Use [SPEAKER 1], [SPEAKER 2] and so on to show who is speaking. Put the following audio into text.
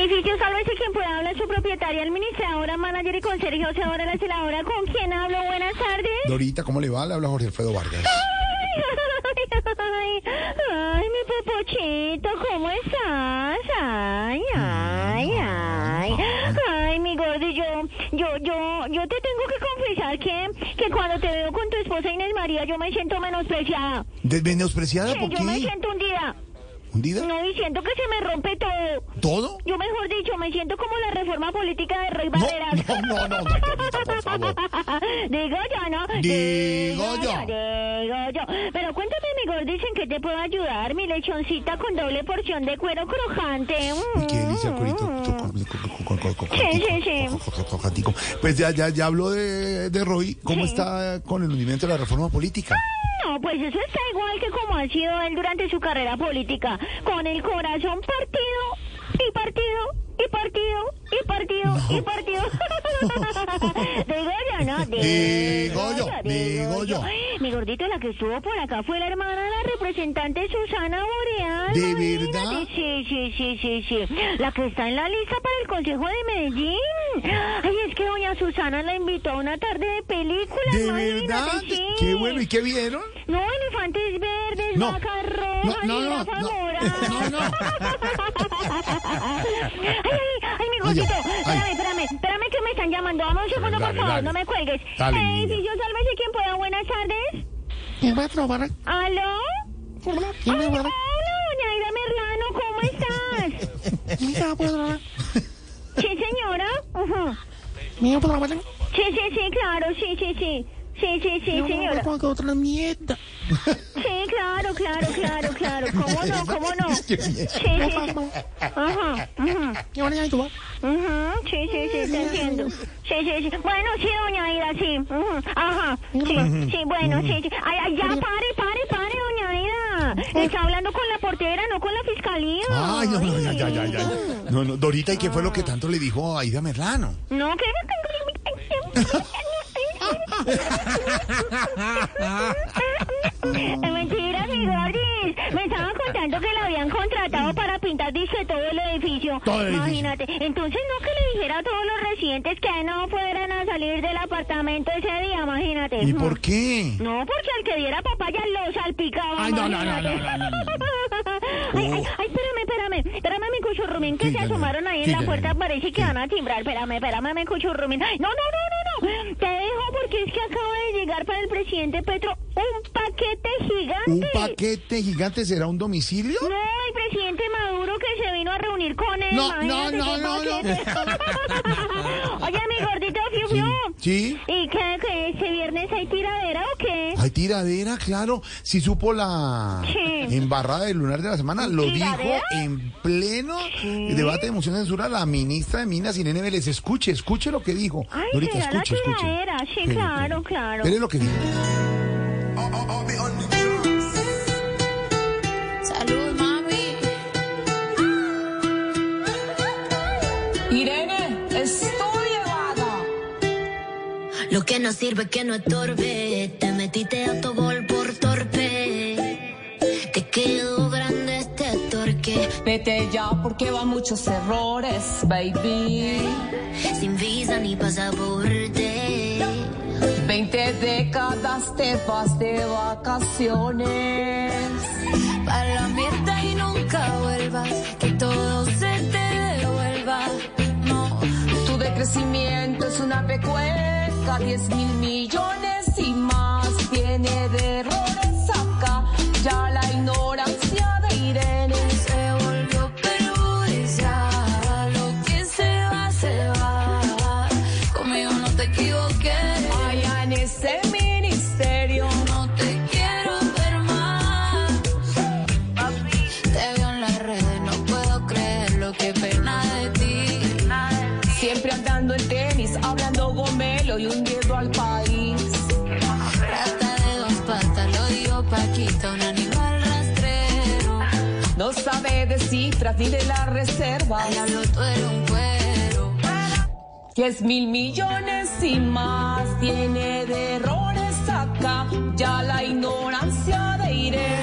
[SPEAKER 1] Edificio Sálvese quien pueda hablar, su propietaria, administradora, manager y conserje, o sea, ahora la celadora. ¿Con quién hablo? Buenas tardes.
[SPEAKER 2] Dorita, ¿cómo le va? Le habla Jorge Alfredo Vargas.
[SPEAKER 1] Ay, ay, ay, mi popochito, ¿cómo estás? Ay, ay, ay. Ay, mi gordo, yo, yo, yo, yo te tengo que confesar que, que cuando te veo con tu esposa Inés María, yo me siento menospreciada.
[SPEAKER 2] ¿De- ¿Menospreciada?
[SPEAKER 1] Que
[SPEAKER 2] ¿Por
[SPEAKER 1] yo me
[SPEAKER 2] qué?
[SPEAKER 1] siento hundida.
[SPEAKER 2] ¿Hundida?
[SPEAKER 1] No, y siento que se me rompe todo.
[SPEAKER 2] ¿Todo?
[SPEAKER 1] Yo, mejor dicho, me siento como la reforma política de Rey
[SPEAKER 2] No,
[SPEAKER 1] Barreras.
[SPEAKER 2] no, no, no, no, Dorita, por favor.
[SPEAKER 1] Digo yo, ¿no?
[SPEAKER 2] Digo yo.
[SPEAKER 1] Digo yo. Pero cuéntame, mi gordis, ¿en qué te puedo ayudar? Mi lechoncita con doble porción de cuero crujante. Mm.
[SPEAKER 2] Uy, qué delicia el cuerito.
[SPEAKER 1] Sí, sí, sí.
[SPEAKER 2] Pues ya, ya, ya habló de, de Roy. ¿Cómo
[SPEAKER 1] Sí.
[SPEAKER 2] está con el hundimiento de la reforma política?
[SPEAKER 1] No, pues eso está igual que como ha sido él durante su carrera política. Con el corazón partido y partido y partido y partido y partido. digo yo, ¿no?
[SPEAKER 2] Digo yo, digo yo.
[SPEAKER 1] Mi gordito, la que estuvo por acá fue la hermana de la representante Susana Boreal.
[SPEAKER 2] ¿De
[SPEAKER 1] imagínate.
[SPEAKER 2] verdad?
[SPEAKER 1] Sí, sí, sí, sí, sí. La que está en la lista para el Consejo de Medellín. Ay, es que doña Susana la invitó a una tarde de película.
[SPEAKER 2] ¿De
[SPEAKER 1] imagínate,
[SPEAKER 2] verdad?
[SPEAKER 1] sí.
[SPEAKER 2] Qué bueno. ¿Y qué vieron?
[SPEAKER 1] No, elefantes verdes,
[SPEAKER 2] No.
[SPEAKER 1] vacas rojas,
[SPEAKER 2] No, no, no,
[SPEAKER 1] jirafas
[SPEAKER 2] no.
[SPEAKER 1] moradas.
[SPEAKER 2] No, no.
[SPEAKER 1] ay, ay, ay, mi
[SPEAKER 2] Ay,
[SPEAKER 1] gordito.
[SPEAKER 2] ay.
[SPEAKER 1] Espérame, espérame, espérame que me están llamando. Dame un segundo, por
[SPEAKER 2] Dale,
[SPEAKER 1] favor,
[SPEAKER 2] dale.
[SPEAKER 1] no me cuelgues. Eh,
[SPEAKER 2] Dale,
[SPEAKER 1] Ey,
[SPEAKER 2] niña.
[SPEAKER 1] si yo sálvese quien pueda, buenas tardes.
[SPEAKER 3] ¿Quién va a trabajar?
[SPEAKER 1] ¿Aló?
[SPEAKER 3] ¿Quién va a
[SPEAKER 1] Hola,
[SPEAKER 3] trabajar?
[SPEAKER 1] doña Aida Merlano, ¿cómo estás?
[SPEAKER 3] ¿Quién va a trabajar?
[SPEAKER 1] sí, señora. Ujú.
[SPEAKER 3] ¿Quién va a trabajar?
[SPEAKER 1] Sí, sí, sí, claro, sí, sí, sí. Sí, sí, sí, señora.
[SPEAKER 3] ¿Cómo que otra mierda?
[SPEAKER 1] Sí, claro, claro, claro, claro. ¿Cómo no? ¿Cómo no? Sí,
[SPEAKER 2] Qué
[SPEAKER 1] sí,
[SPEAKER 2] bien.
[SPEAKER 1] sí. Ajá, ajá.
[SPEAKER 3] ¿Qué van a ir tú?
[SPEAKER 1] Ujú, Sí, sí, sí, te entiendo. Sí, sí, sí. Bueno, sí, doña Aida, sí. Ujú, Ajá. Sí, sí, bueno, sí, sí. Ay, ay, ya, pare, pare, pare, doña Aida. Está hablando con la portera, no con la fiscalía.
[SPEAKER 2] Ay, no, no, ya, ya, ya, ya. No, no, Dorita, ¿y qué fue lo que tanto le dijo a Aida Merlano?
[SPEAKER 1] No, que... Eh, Mentira, mi gordis. Me estaban contando que la habían contratado para pintar, dice, todo el edificio.
[SPEAKER 2] Todo el edificio.
[SPEAKER 1] Imagínate. Entonces, no que le dijera a todos los residentes que no fueran a salir del apartamento ese día, imagínate.
[SPEAKER 2] ¿Y por qué?
[SPEAKER 1] No, porque al que diera papaya lo salpicaba.
[SPEAKER 2] Ay, no, no, no,
[SPEAKER 1] imagínate.
[SPEAKER 2] no, no, no,
[SPEAKER 1] ay, ay,
[SPEAKER 2] Oh.
[SPEAKER 1] ay, espérame, espérame. Espérame, mi cuchurrumín, que
[SPEAKER 2] Sí,
[SPEAKER 1] se
[SPEAKER 2] ya, ya.
[SPEAKER 1] asomaron ahí
[SPEAKER 2] Sí,
[SPEAKER 1] en la
[SPEAKER 2] ya,
[SPEAKER 1] puerta.
[SPEAKER 2] ya.
[SPEAKER 1] Parece que
[SPEAKER 2] Sí.
[SPEAKER 1] van a timbrar. Espérame, espérame, mi cuchurrumín. Ay, No, no, no, no, no. Te dejo porque es que acaba de llegar para el presidente Petro un paquete gigante.
[SPEAKER 2] ¿Un paquete gigante será un domicilio?
[SPEAKER 1] No, el presidente Maduro que se vino a reunir con él.
[SPEAKER 2] No, no,
[SPEAKER 1] Imagínate
[SPEAKER 2] no,
[SPEAKER 1] qué
[SPEAKER 2] no, no.
[SPEAKER 1] paquete. Oye, mi gordito Fiu
[SPEAKER 2] Sí.
[SPEAKER 1] Fiu.
[SPEAKER 2] Sí.
[SPEAKER 1] ¿Y qué, qué, este viernes hay tiradera o qué?
[SPEAKER 2] Hay tiradera, claro. Si supo la
[SPEAKER 1] Sí.
[SPEAKER 2] embarrada del lunar de la semana, lo
[SPEAKER 1] ¿Tiradera?
[SPEAKER 2] dijo en pleno debate de moción de censura la ministra de Minas, Irene Vélez. Escuche, escuche lo que dijo.
[SPEAKER 1] Ay,
[SPEAKER 2] Dorita,
[SPEAKER 1] será la
[SPEAKER 2] escuche, escuche.
[SPEAKER 1] tiradera. Sí,
[SPEAKER 2] Espere,
[SPEAKER 1] claro,
[SPEAKER 2] espere.
[SPEAKER 1] claro.
[SPEAKER 2] Espere lo que dijo.
[SPEAKER 4] Salud, mami. Irene, estoy vaga.
[SPEAKER 5] Lo que no sirve que no estorbe. Te metiste a tu gol por torpe. Te quedó grande este torque.
[SPEAKER 4] Vete ya porque va muchos errores, baby.
[SPEAKER 5] Sin visa ni pasaporte.
[SPEAKER 4] 20 décadas te vas de vacaciones.
[SPEAKER 6] Para la mierda y nunca vuelvas, que todo se te devuelva. No,
[SPEAKER 4] Tu decrecimiento es una pecueca, 10 mil millones y más. Viene de errores acá, ya la ignorancia de Irene.
[SPEAKER 6] se volvió perjudicial. Lo que se va, se va. Conmigo no te equivoques.
[SPEAKER 4] Allá en ese ministerio.
[SPEAKER 6] No te quiero ver más. Te veo en las redes, no puedo creer lo que pena de ti.
[SPEAKER 4] Siempre andando en tenis, hablando gomelo y hundiendo al país.
[SPEAKER 6] Rata de dos patas, lo digo Paquita, un animal rastrero.
[SPEAKER 4] No sabe de cifras ni de la reserva.
[SPEAKER 6] Al hablo tú eres un cuero.
[SPEAKER 4] 10 mil millones y más tiene de errores acá. Ya la ignorancia de Irene.